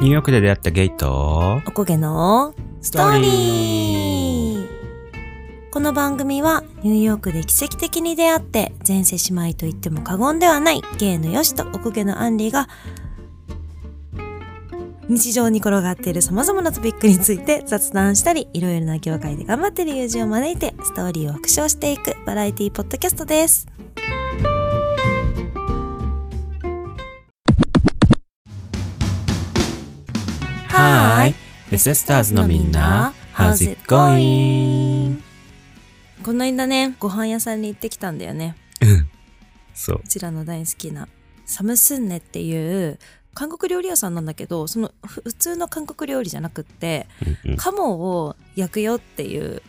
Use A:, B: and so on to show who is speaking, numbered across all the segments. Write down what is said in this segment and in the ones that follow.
A: ニューヨークで出会ったゲイと
B: おこげのストーリーこの番組はニューヨークで奇跡的に出会って前世姉妹と言っても過言ではないゲイのヨシとおこげのアンリーが日常に転がっている様々なトピックについて雑談したりいろいろな業界で頑張っている友人を招いてストーリーを復唱していくバラエティポッドキャストですはーい
A: The Sisters のみんな How's it going?
B: この間ね、ご飯屋さんに行ってきたんだよね。
A: そう
B: うちらの大好きな。サムスンネっていう、韓国料理屋さんなんだけど、そのふ普通の韓国料理じゃなくって、
A: うんうん
B: カモを焼くよっていう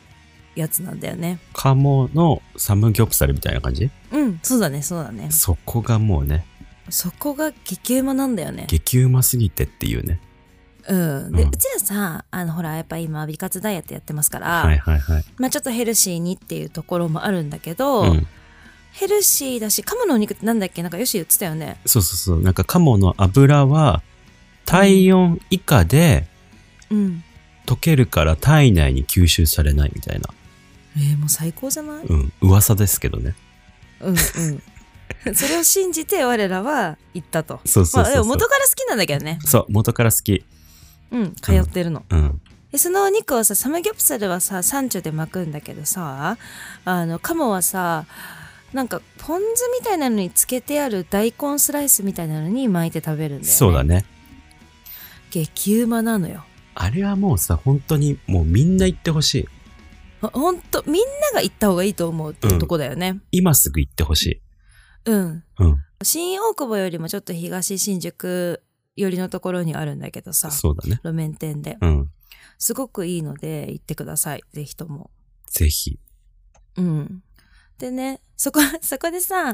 B: やつなんだよね。
A: カモのサムギョプサルみたいな感じ
B: うん、そうだね、そうだね。
A: そこがもうね
B: そこが激うまなんだよね。
A: 激うますぎてっていうね
B: うん。で、
A: うん
B: うちらさ、あの、ほら、やっぱ今、美活ダイエットやってますから、
A: はいはいはい
B: まあちょっとヘルシーにっていうところもあるんだけど、
A: うん
B: ヘルシーだし、カモのお肉ってなんだっけなんかよし言ってたよね。
A: そうそうそうなんかカモの油は体温以下で
B: うん。
A: 溶けるから体内に吸収されないみたいな
B: えー、もう最高じゃない
A: うん噂ですけどね
B: うんうん。 それを信じて我らは行ったと。
A: そうそうそうそう
B: まあ、でも元から好きなんだけどね。
A: そう元から好き
B: うん、通ってるの。
A: うん
B: でそのお肉をさ、サムギョプサルはさ、山中で巻くんだけどさ、あの、カモはさ、なんか、ポン酢みたいなのにつけてある大根スライスみたいなのに巻いて食べるんだよ、ね。
A: そうだ。ね
B: 激うまなのよ。
A: あれはもうさ本当にもうみんな行ってほしい
B: ほほんと、みんなが行った方がいいと思うっていうとこだよね。
A: 今すぐ行ってほしい
B: うん。
A: うん
B: 新大久保よりもちょっと東新宿寄りのところにあるんだけどさ、
A: そうだね
B: 路面店で。
A: うん
B: すごくいいので行ってください。ぜひとも。
A: ぜひ
B: うん。でね、そこ、 そこでさ、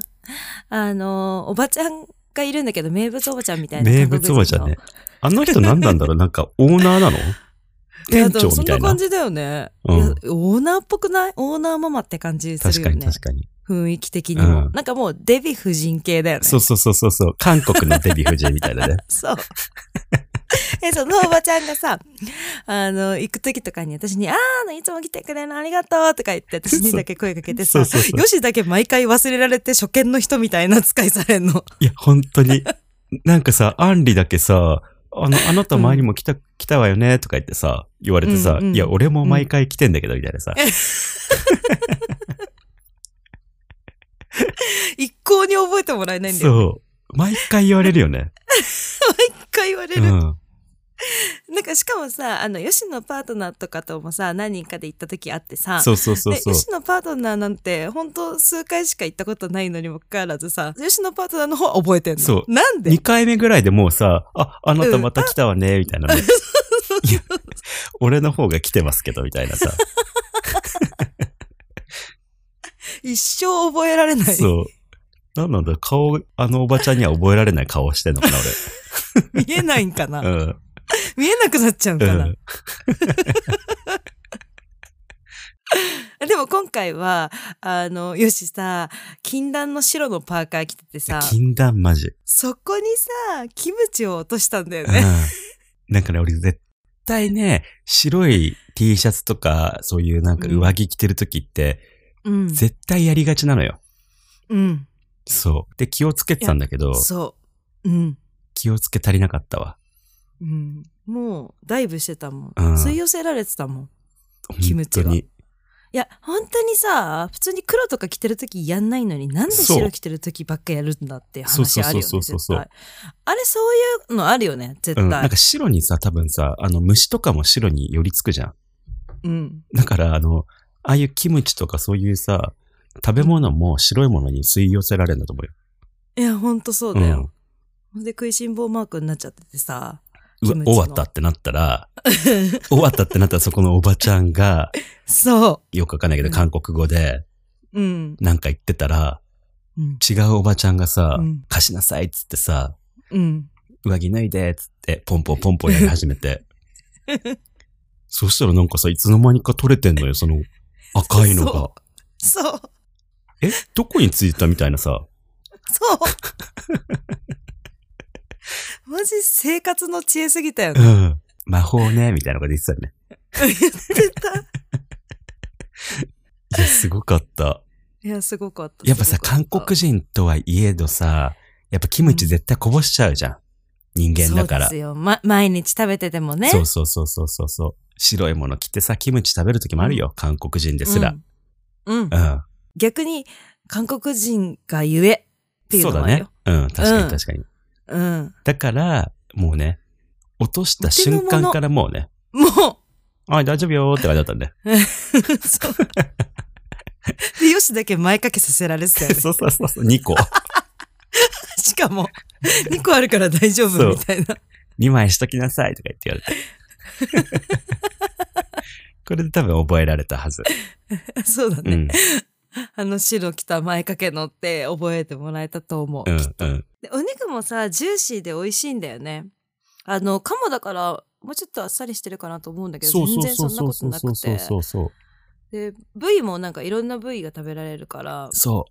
B: あの、おばちゃんがいるんだけど、名物おばちゃんみたいな。
A: 名物おばちゃんね。あの人何なんだ ろうなんかオーナーなの店長
B: 韓国人の。いやでもそ
A: み
B: ん
A: たい
B: な
A: な
B: 感。じだよね、
A: うん
B: いやオーナーっぽくないオーナーママって感じす
A: 確
B: る
A: か
B: よね。
A: に確かに。
B: 雰囲気的にも、
A: うん
B: なんかもうデヴィ夫人系だよね。。
A: そうそうそうそうそう。韓国のデヴィ夫人みたいなね
B: そう。え、そのおばちゃんがさ、あの、行く時とかに私に、あーあの、いつも来てくれるのありがとうとか言って、私にだけ声かけてさ、
A: そうそうそうそう
B: よしだけ毎回忘れられて初見の人みたいな扱いされんの。
A: いや、本当に。なんかさ、アンリだけさ、あの、あなた前にも来た、来たわよねとか言ってさ、言われてさ、
B: うんうん
A: いや、俺も毎回来てんだけど、みたいなさ。
B: 一向に覚えてもらえないんだよ。
A: そう。毎回言われるよね。
B: 一回言われ
A: う
B: る。
A: ん。
B: なんかしかもさ、あの、よしのパートナーとかともさ、何人かで行った時あってさ、
A: そうそうそう
B: で、
A: そう。
B: 吉野パートナーなんて、ほんと数回しか行ったことないのにもかかわらずさ、吉野パートナーの方は覚えてんの。
A: そう
B: なんで
A: 2回目ぐらいでもうさ、あ、あなたまた来たわね、みたいなね。いや俺の方が来てますけど、みたいな さ。
B: 一生覚えられない。
A: そう。なんなんだ、顔、あのおばちゃんには覚えられない顔してんのかな、
B: 見えないんかな、
A: 俺。うん。
B: 見えなくなっちゃうん
A: う
B: かな、
A: ん。
B: でも今回は、あの、よしさ、禁断の白のパーカー着ててさ、
A: 禁断マジ。
B: そこにさ、キムチを落としたんだよ
A: うん
B: ね。。
A: なんかね、俺絶対ね、白い T シャツとか、そういうなんか上着着てる時って、
B: うん。
A: 絶対やりがちなのよ。
B: うん。
A: そう。で、気をつけてたんだけど、
B: そう。うん。
A: 気をつけ足りなかったわ。
B: うん。もう、ダイブしてたもん。
A: うん
B: 吸い寄せられてたもん。キム
A: 本
B: チ
A: 当
B: が
A: に。
B: いや、本当にさ、普通に黒とか着てるときやんないのに、なんで
A: そう
B: 白着てるときばっかやるんだっていう
A: そうそう
B: 話あるよね。
A: そうそうそう
B: 絶対あれ、そういうのあるよね、絶
A: う
B: 対。
A: ん。なんか白にさ、多分さ、あの虫とかも白に寄りつくじゃん。
B: うん。
A: だから、あの、ああいうキムチとかそういうさ、食べ物も白いものに吸い寄せられるんだと思うよ。
B: いや、ほんとそうだよ。ほんで、食いしん坊マークになっちゃってて さ。
A: う
B: キ
A: わ
B: ムチの
A: 終わったってなったら、終わったってなったらそこのおばちゃん が、
B: そ
A: よくわかんないけど、
B: うん
A: 韓国語で
B: う。うん。
A: なんか言ってたら、
B: うん。
A: 違うおばちゃんがさ、
B: うん
A: 貸しなさいっつってさ、
B: うん。
A: 上着脱いでっつって、ポンポンポンポンやり始め て。そしたらなんかさ、いつの間にか取れてんのよ、その赤いのが
B: そ。そう。
A: え、 どこについたみたいなさ。
B: そう。マジ生活の知恵すぎたよ
A: う
B: ね。
A: ん。魔法ね、みたいなこと言ってたよね。
B: 言ってた。
A: いや、すごかった。
B: いや、すごかった。
A: やっぱさ、
B: すごか
A: 韓国人とはいえどさ、やっぱキムチ絶対こぼしちゃうじゃん。人間だから
B: そうです。よ。ま、毎日食べててもね。
A: そうそうそうそうそうそう。白いもの着てさ、キムチ食べるときもあるよ。韓国人ですら。
B: うん。うん
A: うん。
B: 逆に、韓国人がゆえっていう
A: そう
B: の
A: だ
B: もある
A: ね
B: よ。。
A: うん、確か
B: うん
A: に確かに。
B: ううん。
A: だから、もうね、落とした瞬間からもうね、
B: も
A: あ、大丈夫よーって感じだったん で。
B: う、そう。で、よしだけ前掛けさせられてたよ ね。
A: そうそうそうそう、2個。
B: しかも、2個あるから大丈
A: そ
B: 夫
A: う
B: みたいな。
A: 2枚しときなさいとか言って言われて。 これで多分覚えられたはず。
B: そうだ
A: う
B: ね。
A: ん。
B: あの白着た前掛けのって覚えてもらえたと思う。
A: うん。うん。
B: でお肉もさ、ジューシーで美味しいんだよね。あの、鴨だから、もうちょっとあっさりしてるかなと思うんだけど、全然そんなことなくて。
A: うそう。
B: で、部位もなんかいろんな部位が食べられるから、
A: そ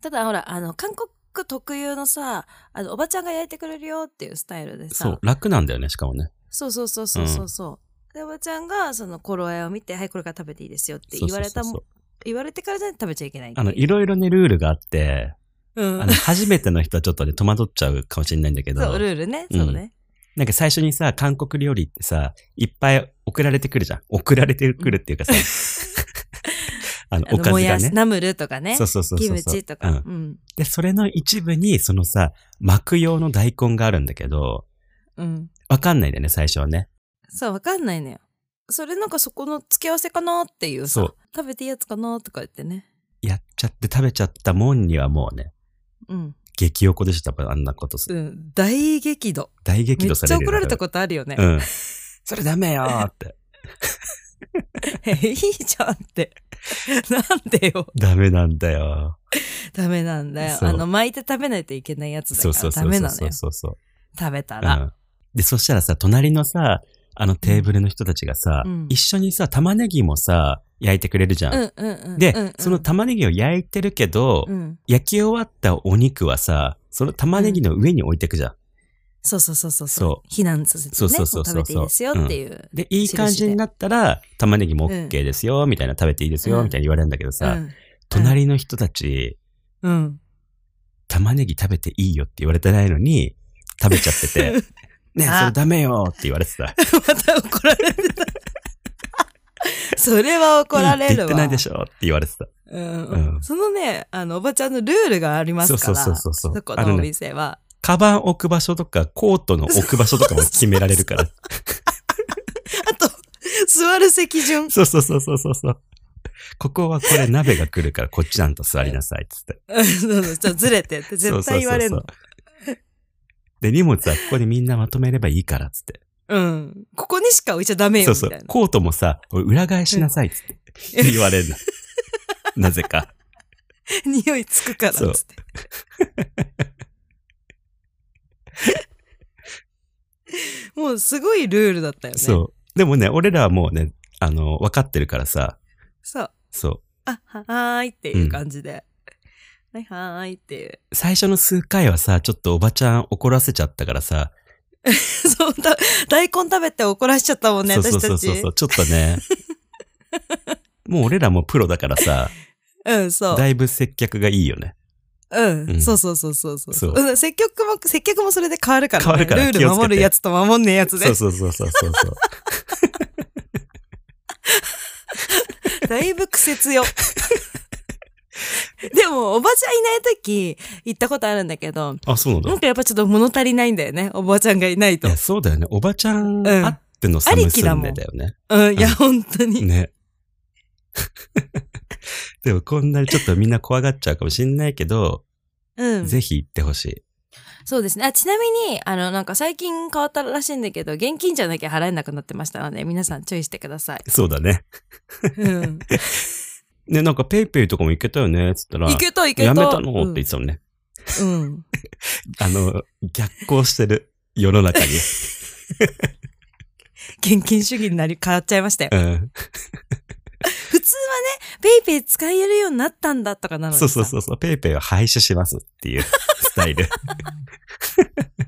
B: ただほら、あの、韓国特有のさ、あの、おばちゃんが焼いてくれるよっていうスタイルで
A: う。
B: さ、
A: そう。楽なんだよね、しかもね。
B: そうそうそうそうそうそう。で、おばちゃんが、その、頃合いを見て、はい、これから食べていいですよって言われたも、
A: そうそうそう
B: 言われてからじゃ食べちゃいけないって
A: あ
B: いう
A: の、いろいろね、ルールがあって、
B: うん
A: あの、。初めての人はちょっとね、戸惑っちゃうかもしれないんだけど、
B: そう、ルールね。そうね。
A: なんか最初にさ、韓国料理ってさ、いっぱい送られてくるじゃん。送られてくるってい うかさ、あの、
B: あ
A: お
B: の
A: か
B: も
A: ずが
B: やし、
A: ね。
B: ナムルとかね。
A: そうそうそうそう。
B: キムチとか。
A: う
B: うんん。
A: で、それの一部に、そのさ、巻く用の大根があるんだけど、
B: うん。
A: わかんないんだよね、最初はね。
B: そう、わかんないのよ。それなんかそこの付け合わせかなっていう
A: そ
B: さ
A: う、
B: 食べていいやつかなとか言ってね。
A: やっちゃって食べちゃったもんにはもうね、
B: うん。
A: 激横でした、あんなことす。
B: うん。大激怒。
A: 大激
B: めっ
A: 怒さ
B: ち
A: れ
B: ゃ
A: るよ
B: 怒られた
A: こ
B: ことあるよね。
A: うん。それダメよーって。
B: いいじゃんって。 なんでよ。
A: ダメなんだよ
B: ダメなんだよ。
A: そう
B: あの、巻いて食べないといけないやつ
A: ー。
B: だ
A: そう
B: か
A: そ
B: ら
A: うそ
B: ダ
A: う
B: メ
A: そう
B: なの
A: そ
B: よ
A: う。そうそう。
B: 食べた
A: う
B: ら。
A: ん、で、そしたらさ、隣のさ、あのテーブルの人たちがさ、
B: うん
A: 一緒にさ、玉ねぎもさ、焼いてくれるじゃん。
B: うんうんうん。
A: で、
B: うんうん
A: その、玉ねぎを焼いてるけど、
B: うん。
A: 焼き終わったお肉はさ、その玉ねぎの上に置いてくじゃん。
B: そうそうそうそう。
A: そ
B: 避難させてね。
A: そうそうそうそう
B: も食べていいですよっていう。
A: で、いい感じになったら、玉ねぎも OK ですよ、みたいな、食べていいですよ、
B: うん
A: みたいに言われるんだけどさ、
B: うん
A: 隣の人たち、
B: うん。
A: 玉ねぎ食べていいよって言われてないのに、食べちゃってて、 ねえ
B: あ
A: それダメよって言われてた。
B: また怒られてた。 それは怒られ
A: いいって言
B: る
A: っ
B: わ。
A: てないでしょって言われてた。
B: うん
A: うん
B: そのね、あの、おばちゃんのルールがありますから。
A: そうそうそうそうそう
B: こ
A: あ
B: の
A: る
B: お
A: ね
B: 店は。
A: カバン置く場所とか、コートの置く場所とかも決められる から。
B: あと、座る席順。
A: そうそうそうそうそうそう。ここはこれ鍋が来るから、こっちなんと座りなさいっつって。
B: うんそうそうちょっとずれてって絶対言われるの。
A: そうそうそうそうで、荷物はここでみんなまとめればいいからっつって。
B: うん。ここにしか置いちゃダメよ、
A: そう
B: み
A: そ。
B: たいうな。
A: コートもさ、裏返しなさいっつって。言われ るの。なぜか。
B: 匂いつくから、つ
A: そう
B: って。 もうすごいルールだったよね。
A: そう。でもね、俺らはもうね、あの、分かってるからさ、
B: そう。
A: そう。
B: あ、はーいっていう感じで。はい、はーいっていう。
A: 最初の数回はさ、ちょっとおばちゃん怒らせちゃったからさ、
B: そうだ、大根食べて怒らしちゃったもんね、
A: そうそう
B: 私
A: そ
B: た
A: うそう
B: ち
A: そ。う、ちょっと ね。もう俺らもプロだからさ、
B: うん、そう。
A: だいぶ接客がいいよね。
B: う、
A: うんん
B: そうそうそうそうそう
A: そう
B: うん。接客も、接客もそれで変わるからね。
A: 変わるから
B: ル
A: 気
B: ー
A: をつけ
B: ル
A: て
B: 守るやつと守んねえやつ
A: そ
B: で
A: う。そうそうそうそうそう。
B: だいぶ苦節よ。 でも、おばちゃんいない時、行ったことあるんだけど、
A: あ、そうなんだ。
B: なんかやっぱちょっと物足りないんだよね。おばちゃんがいない
A: い
B: と
A: や、。そうだよね。おばちゃん
B: うん
A: あってのサ
B: あり
A: ム
B: き
A: ス
B: だ
A: ン
B: も
A: デ
B: ん
A: だよね。
B: うん、いや、本当に。
A: ね。でもこんなにちょっとみんな怖がっちゃうかもしんないけど、
B: うん。
A: ぜひ行ってほしい。
B: そうですね。あ、ちなみに、あの、なんか最近変わったらしいんだけど、現金じゃなきゃ払えなくなってましたので、皆さん注意してください。
A: そうだね。
B: うん。
A: ね、なんかペイペイとかも行けたよね、つったら。
B: いけたいけた。
A: やめたのって言ってたもんね。
B: うんうん。
A: あの、逆行してる世の 中に。
B: 現金主義になり、変わっちゃいましたよ。
A: うん。
B: 普通はね、ペイペイ使えるようになったんだとかなのに
A: そ
B: さ
A: うそうそうそう。ペイペイを廃止しますっていうスタイル。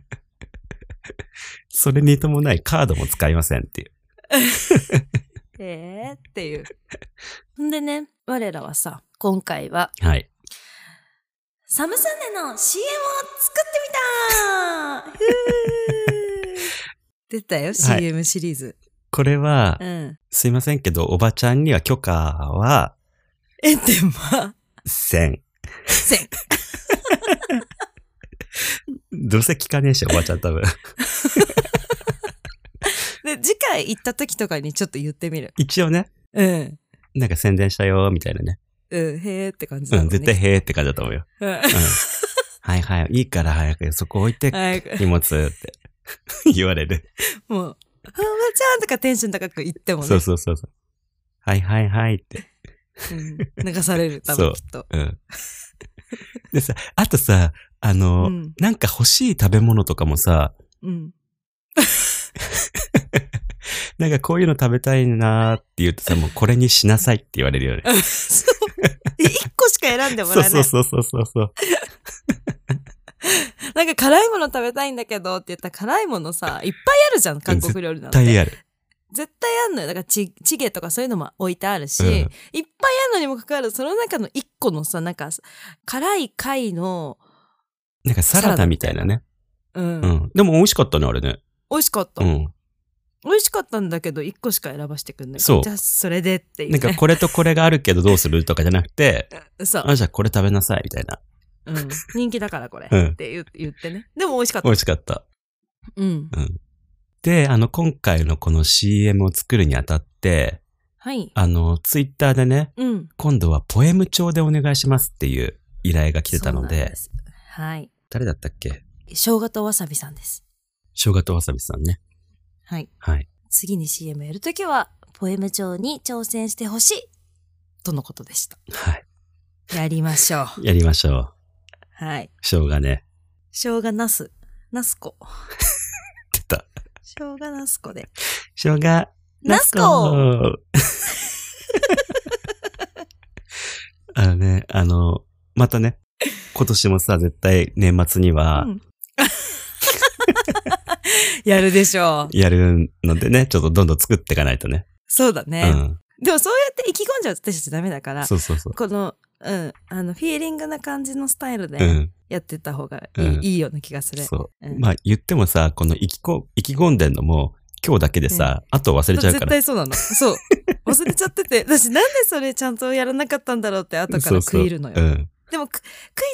A: それに伴いカードも使いませんっていう。
B: えーっていう。ほんでね、我らはさ、今回は、
A: はい。
B: サムサンネの CM を作ってみたふー出たよ、CM シリーズ。
A: これは、
B: うん。
A: すいませんけど、おばちゃんには許可は、
B: え、でま
A: せん。
B: あ、せん。
A: どうせ聞かねえし、おばちゃん多 分。
B: で、次回行った時とかにちょっと言ってみる。
A: 一応ね、
B: うん。
A: なんか宣伝したよ、みたいなね。
B: うん、へーって感じだ
A: う
B: もん
A: ん、
B: ね。
A: 絶対へーって感じだと思うよ。
B: うん。
A: うん。はいはい、いいから早くそこ置いて、
B: 早く
A: 荷物って 言われる。
B: もう、あおばちゃんとかテンション高く言ってもね、
A: そうそうそうそう。はいはいはいって。
B: うん流される、多
A: そう
B: 分きっと。
A: うん。 でさ、あとさ、あの、
B: うん
A: なんか欲しい食べ物とかもさ、
B: うん。
A: なんかこういうの食べたいなーって言う とさ、もうこれにしなさいって言われるよね。
B: そう。え一個しか選んでも
A: そ
B: ら
A: う
B: えない。
A: そうそうそうそうそう。
B: なんか辛いもの食べたいんだけどって言ったら辛いものさ、いっぱい あるじゃん、韓国料理なん
A: 絶
B: て。
A: 対ある。
B: 絶対あんのよ。だからチ、チゲとかそういうのも置いてあるし、
A: うん
B: いっぱいあるのにもかかわらず、その中の一個のさ、なんか、辛い貝の、
A: なんかサラダみたいなね。
B: うん、
A: うん。でも美味しかったね、あれね。
B: 美味しかった、
A: うん。
B: 美味しかったんだけど、一個しか選ばしてくんない。
A: そう
B: じゃあ、それでっていう、
A: な
B: ね。
A: んかこれとこれがあるけどどうするとかじゃなくて、
B: そう。
A: あ、じゃあこれ食べなさい、みたいな。
B: うん。人気だからこれ。
A: うん
B: って言う言ってね。でも美味しかった
A: 美。味しかった。
B: うん。
A: で、あの、今回のこの CM を作るにあたって、
B: はい。
A: あの、ツイッターでね、
B: うん。
A: 今度はポエム調でお願いしますっていう依頼が来てたので、
B: そうなんす。はい。
A: 誰だったっけ
B: 生姜とわさびさんです。
A: 生姜とわさびさんね。
B: はい。
A: はい。
B: 次に CM やるときは、ポエム帳に挑戦してほしい。とのことでした。
A: はい。
B: やりましょう。
A: やりましょう。
B: はい。
A: 生姜ね。
B: 生姜なす。なすこ。
A: 出た。
B: 生姜なすこで。
A: 生姜。
B: ナスコ
A: あのね、あの、またね、今年もさ、絶対年末には
B: うん やるでしょう。
A: やるのでね、ちょっとどんどん作っていかないとね。
B: そうだ
A: う
B: ね。
A: ん。
B: でもそうやって意気込んじゃう私たちダメだから、
A: そうそうそう。
B: この、うん、あの、フィーリングな感じのスタイルで
A: うん。
B: やってった方がいい,、
A: うん
B: いいような気がする。
A: そうう。
B: ん
A: まあ言ってもさ、この意気こ意気込んでんのも、今日だけでさ、あと忘れちゃうか
B: 絶
A: ら。
B: 対そうなの。そう。忘れちゃってて。私なんでそれちゃんとやらなかったんだろうって後から食いるのよ。
A: そうそううん。
B: でもく、食い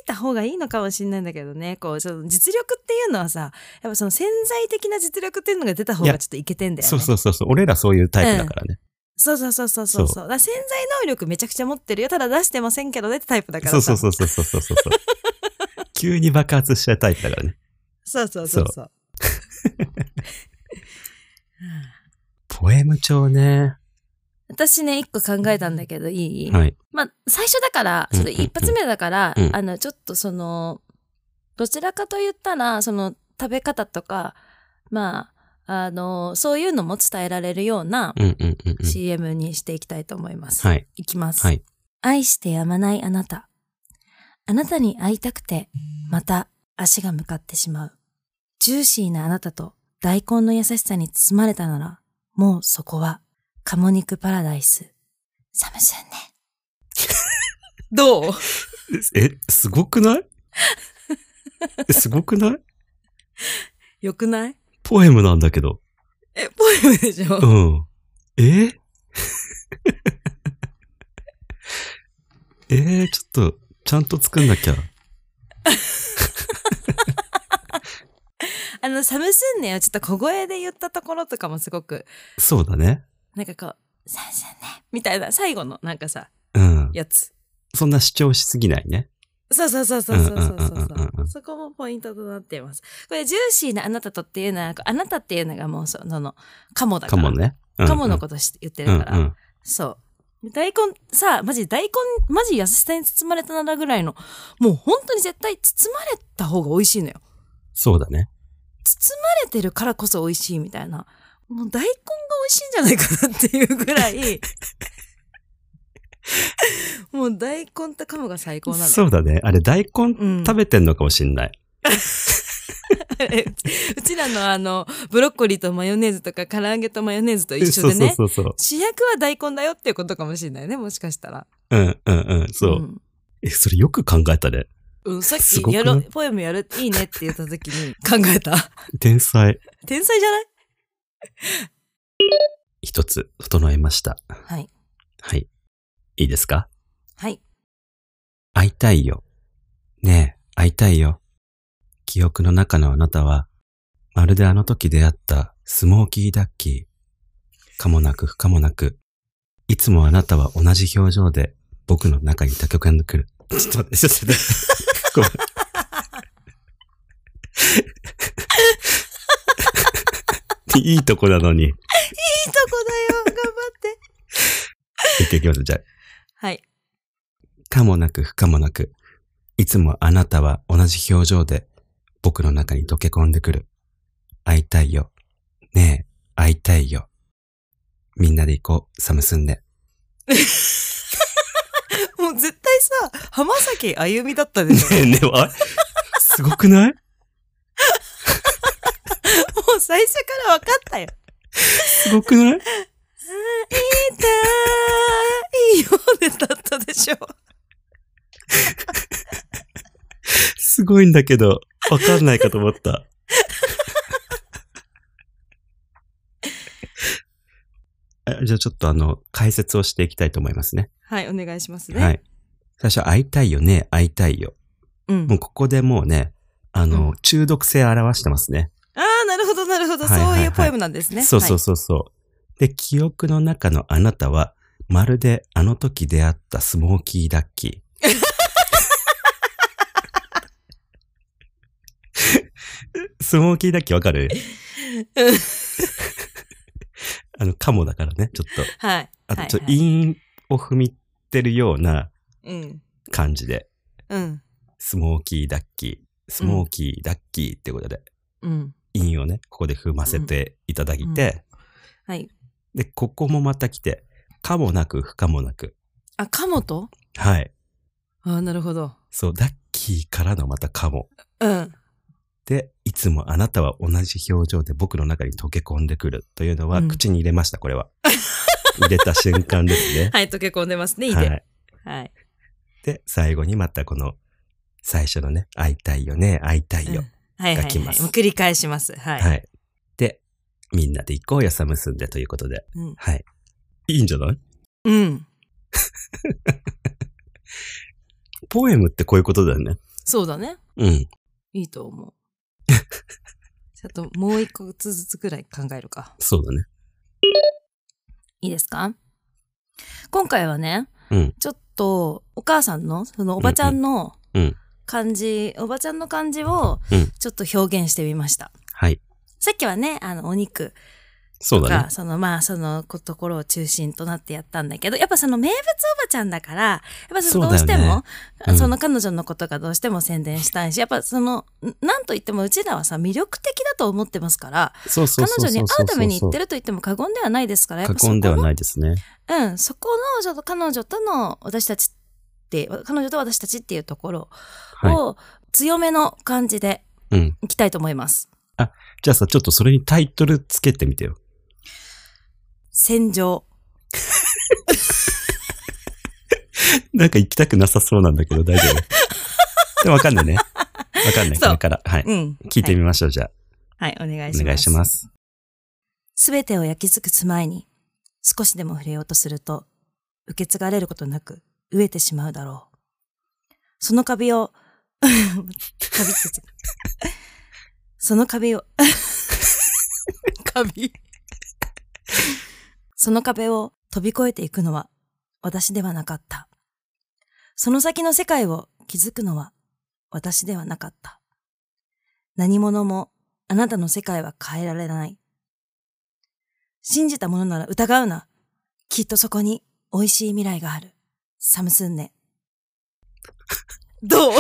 B: た方がいいのかもしれないんだけどね。こう、ちょっと実力っていうのはさ、やっぱその潜在的な実力っていうのが出た方
A: い
B: が
A: や
B: ちょっといけてんだよね。
A: そうそうそうそう。俺らそういうタイプだからね。
B: そうそうそうそうそう
A: そう
B: だから潜在能力めちゃくちゃ持ってるよ。ただ出してませんけどねってタイプだから
A: そ
B: さ。
A: うそうそうそうそうそう そう。急に爆発しちゃうタイプだからね。
B: そうそうそうそう。
A: ポエム帳ね。
B: 私ね、一個考えたんだけど、いい、
A: はい。
B: まあ、最初だから、
A: うん
B: その一発目だから、
A: うんうん
B: あの、ちょっとその、どちらかと言ったら、その、食べ方とか、まあ、あの、そういうのも伝えられるような
A: うんうんうんうん。
B: CM にしていきたいと思います。
A: はい。
B: いきます。
A: はい。
B: 愛してやまないあなた。あなたに会いたくて、また足が向かってしまう。ジューシーなあなたと大根の優しさに包まれたなら、もうそこは、鴨肉パラダイス。サムス ンね。どう
A: え、すごくない えすごくない
B: よくない
A: ポエムなんだけど。
B: え、ポエムでしょ
A: うん。え えー、ちょっと、ちゃんと作んなきゃ。
B: あの、サムスンねをちょっと小声で言ったところとかもすごく、
A: そうだね。
B: なんかこう、サムスンね、みたいな、最後のなんかさ、
A: うん。
B: やつ。
A: そんな主張しすぎないね。
B: そうそうそうそうそうそうそ
A: うんうんうんうんうんう
B: うんそこもポイントとなっています。これ、ジューシーなあなたとっていうのは、あなたっていうのがもうその、カモだ
A: か
B: から。
A: も。ね。うん
B: のことし言って
A: うん
B: る
A: う
B: から。
A: ん。
B: そう。大根、さあ、マジ大根、マジ優しさに包まれたならぐらいの、もう本当に絶対包まれた方が美味しいのよ。
A: そうだね。
B: 包まれてるからこそ美味しいみたいな。もう大根が美味しいんじゃないかなっていうぐ らい、もう大根とカモが最高なの。
A: そうだね。あれ、大根
B: うん
A: 食べてんのかもしんない。
B: れうち うちらのあの、ブロッコリーとマヨネーズとか唐揚げとマヨネーズと一緒でね。
A: そうそうそう
B: 主役は大根だよっていうことかもしれないね、もしかしたら。
A: そう。うんうんうん。そう。
B: ん
A: え、それよく考えたね。
B: うん、さっ
A: す
B: き
A: ごくな
B: や
A: い
B: ろ、ポエムやる、いいねって言った時に考えた。
A: 天才。
B: 天才じゃない
A: 一つ、整えました。
B: はい。
A: はい。いいですか
B: はい。
A: 会いたいよ。ねえ、会いたいよ。記憶の中のあなたは、まるであの時出会ったスモーキーダッキー。かもなく不可もなく、いつもあなたは同じ表情で僕の中に溶け込んでくる。ちょっと待って、ちょっと待って。ごめん。 いいとこなのに。
B: いいとこだよ、頑張って。
A: 一回いきます、じゃあ。
B: はい。
A: かもなく不可もなく、いつもあなたは同じ表情で僕の中に溶け込んでくる。会いたいよ。ねえ、会いたいよ。みんなで行こう、サムスンで。
B: もう絶対さ、浜崎あゆみだったでしょ。
A: えねえ、あれすごくない
B: もう最初から分かったよ。
A: すごくない
B: 痛いよねだったでしょ。
A: すごいんだけど、わかんないかと思 った。あじゃあちょっとあの、解説をしていきたいと思いますね。
B: はい、お願いしますね。
A: はい。最初、会いたいよね、会いたいよ。
B: うん
A: も。うここでもうね、あの、
B: うん
A: 中毒性表してますね。
B: ああ、なるほど、なるほど。
A: はいはいはい
B: そういうポエムなんですね。
A: そうそう
B: は
A: そうそう。で、記憶の中のあなたは、まるであの時出会ったスモーキーダッキ ー。スモーキーダッキーわかる
B: うん
A: あの、カモだからね、ちょっと。
B: い。はい。
A: あと、ちょ
B: はいはい
A: 陰を踏みってるような
B: うん。
A: 感じで、
B: うん。
A: スモーキーダッキー、スモーキーダッキーってことで、
B: うん。
A: 陰をね、ここで踏ませていただいて、
B: うんはい。
A: で、ここもまた来て、かもなく不可もなく。
B: あ、カモと
A: はい。
B: ああ、なるほど。
A: そう、ダッキーからのまたかも。
B: うん。
A: で、いつもあなたは同じ表情で僕の中に溶け込んでくるというのは、
B: うん
A: 口に入れました、これ は。入れた瞬間ですね。
B: はい、溶け込んでますね。いいで。
A: はい。
B: はい。
A: で、最後にまたこの、最初のね、会いたいよね、会いたいよ。
B: うんはいはい
A: が
B: はい。
A: 来ます
B: もう繰り返します。はい。
A: はい。で、みんなで行こうよ、サムスンでということで。
B: うん
A: はい。いいんじゃない
B: うん。
A: ポエムってこういうことだよね。
B: そうだね。
A: うん。
B: いいと 思う。ちょっともう一個ずつくらい考えるか。
A: そうだね。
B: いいですか今回はね、
A: うん
B: ちょっとお母さんの、そのおばちゃんの
A: うんうんうん
B: 漢字、おばちゃんの漢字を
A: うん
B: ちょっと表現してみました。
A: はい。
B: さっきはね、あの、お肉
A: そうだ
B: が、
A: ね。
B: その、まあ、そのこところを中心となってやったんだけど、やっぱその名物おばちゃんだから、やっぱそのど
A: そ
B: うし
A: うだ
B: て
A: よね
B: も、
A: うん
B: その彼女のことがどうしても宣伝したいし、やっぱその、なんと言ってもうちらはさ、魅力的だと思ってますから、
A: そうそう
B: 彼
A: そうそう
B: 女に会うために行って
A: る
B: ると言っても過言ではないですから、やっぱそ
A: 過
B: こ。
A: 言ではいないですね。
B: うん、そこの、ちょっと彼女との私たちって、彼女と私たちっていうところ
A: は
B: を強めの感じで
A: い。うん。
B: いきたいと思います。
A: じゃあさ、ちょっとそれにタイトルつけてみてよ。
B: 戦場。
A: なんか行きたくなさそうなんだけ ど、大丈夫。でもわかんないね。わかんない。
B: そ
A: こ
B: う
A: れから。はい。
B: うん。
A: 聞いてみましょう、じゃあ。
B: はい、はいお願いします。
A: お願いします。
B: すべてを焼き尽くす前に、少しでも触れようとすると、受け継がれることなく、飢えてしまうだろう。そのカビを、 カビって言っちゃったそのカビを、 カビその壁を飛び越えていくのは、私ではなかった。その先の世界を築くのは、私ではなかった。何者も、あなたの世界は変えられない。信じたものなら疑うな。きっとそこに美味しい未来がある。サムス ンネ。どう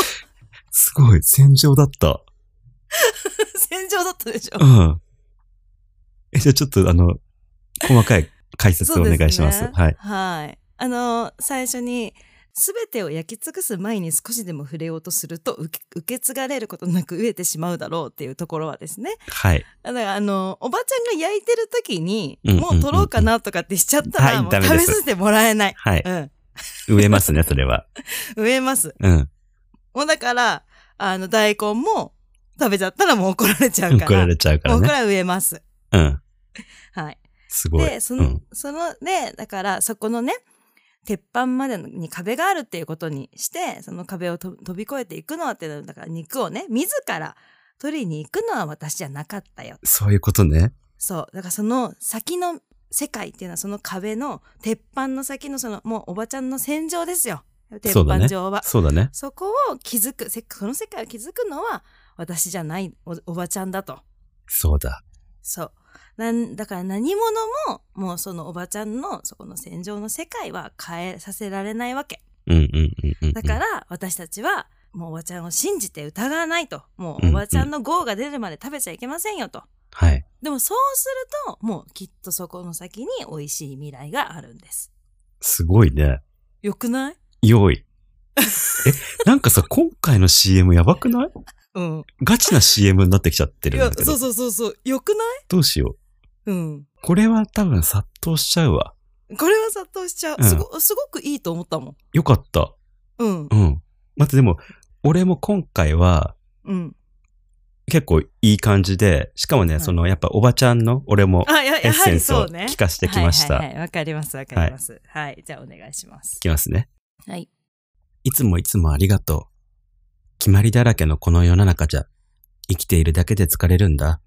A: すごい、戦場だった。
B: 戦場だったでしょ
A: うん。え、じゃあちょっとあの、細かい解説をお願いします。
B: そうでね
A: はい。
B: はい。あの、最初に、すべてを焼き尽くす前に少しでも触れようとすると受け受け継がれることなく飢えてしまうだろうっていうところはですね
A: はい。
B: だからあのおばちゃんが焼いてる時に
A: うんうん
B: もう取ろうかなとかってしちゃったら、
A: はい
B: もう
A: ダメ
B: 食
A: で
B: べ
A: す
B: させてもらえない、
A: はい。
B: うん
A: 植えますね、それは。
B: 植えます
A: うん。
B: もうだからあの大根も食べちゃったらもう怒られちゃうから
A: 怒られちゃうか
B: も
A: ら
B: うこれ
A: ね。
B: は植えます
A: うん。
B: はい
A: すごい。
B: でその、
A: うん
B: そのでだからそこのね鉄板までに壁があるっていうことにしてその壁をと飛び越えていくのはってだから肉をね自ら取りに行くのは私じゃなかったよ
A: そういうことね。
B: そう。だからその先の世界っていうのはその壁の鉄板の先のそのもうおばちゃんの戦場ですよ。鉄
A: そうだ
B: 板
A: ね
B: 上は。そ,、
A: そうだね。
B: こを気づく、せその世界を気づくのは私じゃないおおばちゃんだと。
A: そうだ。
B: そう。なんだから何者ももうそのおばちゃんのそこの戦場の世界は変えさせられないわけ。
A: うんうんうんうんうん。
B: だから私たちはもうおばちゃんを信じて疑わないと。もうおばちゃんの号が出るまで食べちゃいけませんよと。
A: はい。
B: でもそうすると、もうきっとそこの先に美味しい未来があるんです。
A: すごいね。
B: よくない
A: 用 意。え、なんかさ、今回の CM やばくない
B: うん。
A: ガチな CM になってきちゃって
B: い
A: るん
B: や
A: だ、け
B: そ
A: ど。
B: うそうそうそう。よくない
A: どうしよう。
B: うん。
A: これは多分殺到しちゃうわ。
B: これは殺到しちゃう。
A: うん
B: すご、すごくいいと思ったもん。
A: よかった。
B: うん。
A: うん。待って、でも、俺も今回は、
B: うん。
A: 結構いい感じで、しかもね、
B: うん
A: その、やっぱおばちゃんの、俺も
B: あ、いや、
A: エ
B: や
A: ッ
B: は
A: セン
B: り
A: ス
B: そ
A: を
B: うね。
A: 聞かせてきました。
B: はいはいはい。わかります、わかります。はい、じゃあお願いします
A: い。きますね。
B: はい。
A: いつもいつもありがとう。決まりだらけのこの世の中じゃ、生きているだけで疲れるんだ。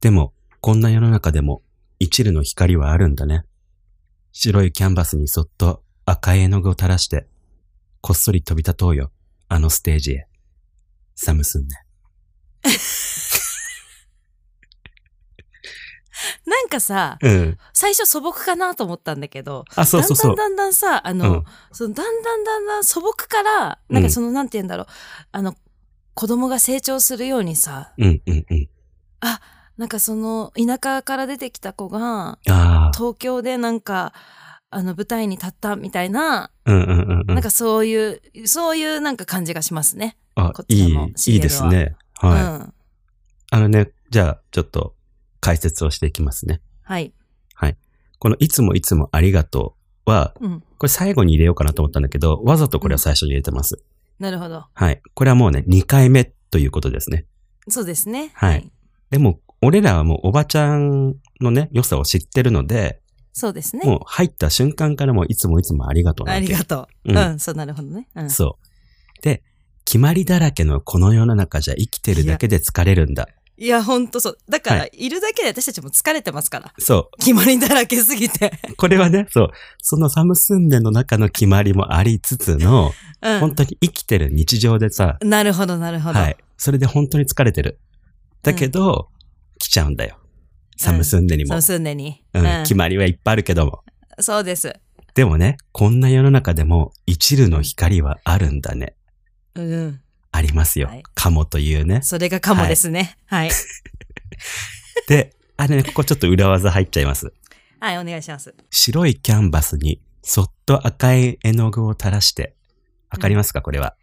A: でも、こんな世の中でも、一縷の光はあるんだね。白いキャンバスにそっと赤い絵の具を垂らして、こっそり飛び立とうよ、あのステージへ。サムスンね。
B: なんかさ、
A: うん。
B: 最初素朴かなと思ったんだけど、
A: あ、そうそうそう。
B: だんだんだんだんさ、あの、
A: うん
B: そのだんだんだんだん素朴から、なんかその、なんて言うんだろう、あの、子供が成長するようにさ、
A: うんうんうん。
B: なんかその、田舎から出てきた子が、
A: ああ。
B: 東京でなんか、あの、舞台に立ったみたいな、
A: うんうんうんうん
B: なん。かそういう、そういうなんか感じがしますね。
A: あ
B: こ、ちら
A: いい
B: も、
A: いい
B: CL
A: ですね。
B: は。
A: はいい。
B: うん。
A: あのね、じゃあ、ちょっと解説をしていきますね。
B: はい。
A: このいつもいつもありがとうは、
B: うん。
A: これ最後に入れようかなと思ったんだけど、わざとこれは最初に入れてます。
B: なるほど。
A: はい。これはもうね、2回目ということですね。
B: そうですね。
A: はい。でも、俺らはもうおばちゃんのね、良さを知ってるので、
B: そうですね。
A: もう入った瞬間からもういつもいつもありがとうな
B: あ
A: わけ
B: りがと
A: う
B: う。うんん、そう、なるほどね。うん。
A: そう。で、決まりだらけのこの世の中じゃ生きてるだけで疲れるんだ。
B: いや、ほんとそう。だから、、
A: はい
B: るだけで私たちも疲れてますから。
A: そう。
B: 決まりだらけす ぎて。
A: これはね、そう、そのサムスンデの中の決まりもありつつ の、
B: うん。
A: 本当に生きてる日常でさ、
B: なるほど、なるほど。
A: はい。それで本当に疲れてる。だけど、来ちゃうんだよ。サムスンデに
B: そ
A: も
B: の。住んでに。
A: うん、決まりはいっぱいあるけども。
B: そうです。
A: でもね、こんな世の中でも一縷の光はあるんだね。
B: うん。
A: ありますよ
B: はい。
A: かもという ね。
B: それがかもですね。はい。
A: で、あれね、ここちょっと裏技入っちゃいます。
B: はい、お願いします。
A: 白いキャンバスに、そっと赤い絵の具を垂らして、わかりますかこれは。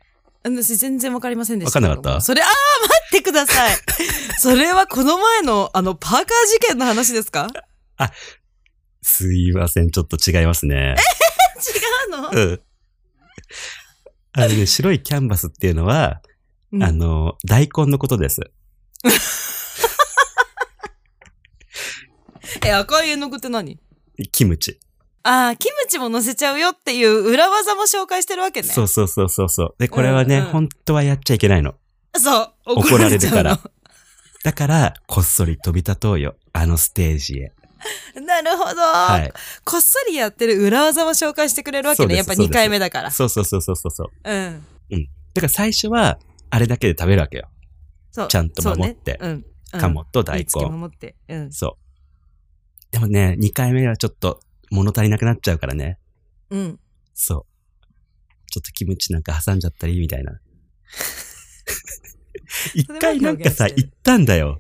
B: 私、全然わかりませんでした。
A: わかんなかった
B: それ、あー、待ってください。 それはこの前の、あの、パーカー事件の話ですか
A: すいません、ちょっと違いますね。
B: 違うの
A: うん。あのね、白いキャンバスっていうのは、
B: うん
A: あの、大根のことです。
B: え、赤い絵の具って何
A: キムチ。
B: ああ、キムチも乗せちゃうよっていう裏技も紹介してるわけね。
A: そうそうそうそうそう。で、これはね、
B: うんうん
A: 本当はやっちゃいけないの。
B: そう。
A: 怒られるから
B: 怒られちゃ
A: だから、こっそり飛び立とうよ。あのステージへ。
B: うの なるほど。
A: はい。
B: こっそりやってる裏技を紹介してくれるわけ
A: そう
B: ね。
A: です
B: やっぱ
A: そう
B: 2
A: です
B: 回目だから。
A: そうそうそうそうそうそう。
B: うん。
A: だから最初は、あれだけで食べるわけよ。
B: そう。
A: ちゃんと守って
B: そうねうん。うん
A: 鴨と大
B: 見つけ
A: 根。
B: 守って。うん。
A: そう。でもね、2回目はちょっと物足りなくなっちゃうからね。
B: うん。
A: そう。ちょっとキムチなんか挟んじゃったり、みたい な。一回なんかさ、
B: それは表現して
A: 言
B: る
A: ったんだよ。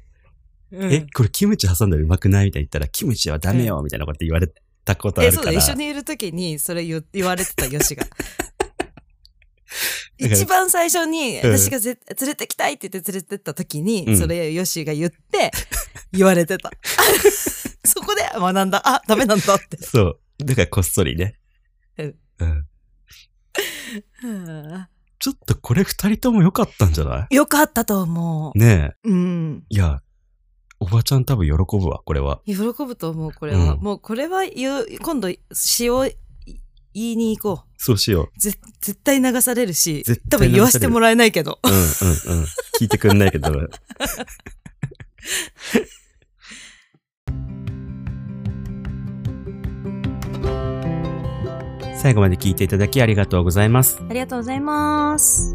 B: うん
A: え、これキムチ挟んだらうまくないみたいに言ったら、キムチはダメよみたいなこと言われたことあ
B: え、
A: る
B: そう
A: か
B: だ、
A: ら。
B: 一緒にいるときに、それ言言われてたよしが。
A: だから
B: 一番最初に、
A: うん
B: 私がぜ連れてきたいって言って連れてった時に、
A: うん
B: それヨッシーが言って、言われてた。 そこで学んだ。あ、ダメなんだって。
A: そう。だからこっそりね。
B: うん
A: うん。
B: うん
A: ちょっとこれ二人とも良かったんじゃない
B: よかったと思
A: ねえ。
B: う。うん。
A: いや、おばちゃん多分喜ぶわ、これは。
B: 喜ぶと思う、これは。
A: うん
B: もうこれは言う、今度、詩を言いに行こ
A: そうしよ
B: う。ぜ絶対流されるし
A: 絶、
B: 多
A: 対流される
B: 分言わせてもらえないけど。
A: う。うんうんうん。聞いてくんないけど、多 分最後まで聞いていただきありがとうございます。
B: ありがとうございます。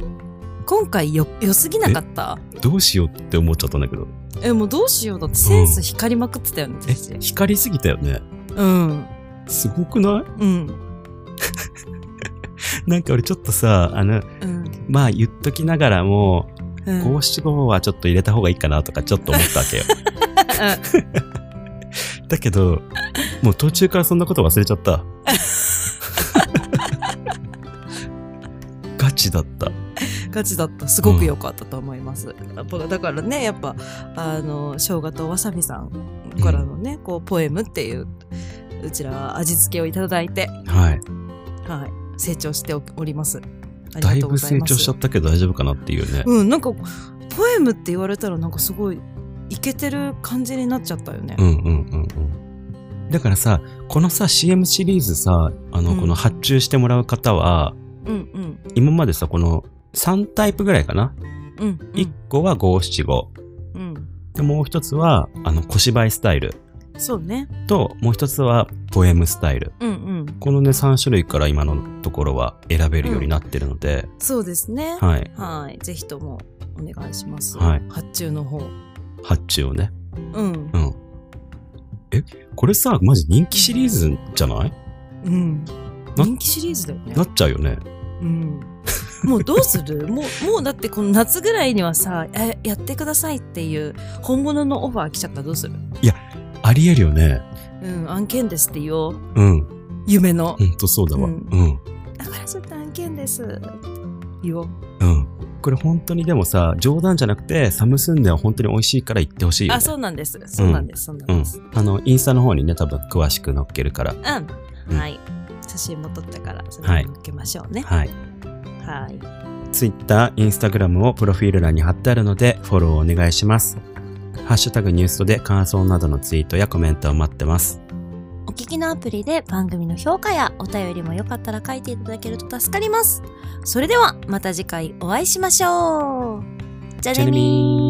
B: 今回よ、良すぎなかった
A: どうしようって思っちゃったんだけど。
B: えもうどうしようだってセンス光りまくってたよね、
A: え
B: 私、
A: 光りすぎたよね。
B: うん
A: すごくない
B: うん
A: なんか俺ちょっとさ、あの、
B: うん
A: まあ言っときながらも、
B: うん
A: 五七五はちょっと入れた方がいいかなとかちょっと思ったわけよ。だけど、もう途中からそんなこと忘れちゃ った。ガチだった。
B: ガチだったすごく良かったと思います、やっぱだからねやっぱあの生姜とわさびさんからのね、こうポエムっていううちら味付けをいただいて
A: はい。
B: はい成長しておおりますあり
A: だ
B: が
A: い
B: とうご
A: ぶ
B: ざい
A: 成
B: ます
A: 長しちゃったけど大丈夫かなっていうね。
B: うんなんかポエムって言われたらなんかすごいいけてる感じになっちゃったよね、
A: うんうんうんうん。だからさ、このさ、CM シリーズさ、あの、
B: うん
A: この発注してもらう方は、
B: うん、うん
A: 今までさ、この3タイプぐらいかな。
B: うんうん
A: 1個は五七五。
B: うん
A: で、もう一つは、あの、小芝居スタイル。
B: そうね
A: と、もう一つは、ポエムスタイル。
B: うんうん
A: このね、3種類から今のところは選べるようになってるので、
B: そうですね
A: はい。
B: はい、ぜひともお願いします。
A: はい
B: 発注の方。う
A: 発注をね。
B: ん
A: う。ん。え、これさ、マジ人気シリーズじゃない
B: うん。
A: な
B: 人気シリーズだよね
A: な。っちゃうよね。
B: うん。もうどうする もう、もうだってこの夏ぐらいにはさ、え、やってくださいっていう本物のオファー来ちゃったらどうする
A: ありえるよね。
B: うん、案件ですって言おう。
A: うん。
B: 夢の
A: ほ。んとそうだわ。う
B: うん
A: ん。
B: だからちょっと案件です。言おう。
A: うん。これ本当にでもさ、冗談じゃなくて、サムスンネは本当に美味しいから行ってほしいよ、ね。
B: あ、そうなんです。そうなんです。そうなん
A: うん
B: です。。
A: あの、インスタの方にね、多分詳しく載っけるから。
B: う。
A: うんん
B: はい。写真も撮ったから、そ
A: は
B: れ
A: い
B: に受けましょうね。
A: はい。
B: はい。
A: Twitter、Instagram をプロフィール欄に貼ってあるのでフォローお願いします。ハッシュタグニュースとで感想などのツイートやコメントを待ってます。
B: お聞きのアプリで番組の評価やお便りもよかったら書いていただけると助かります。それではまた次回お会いしましょう。じゃあねみー。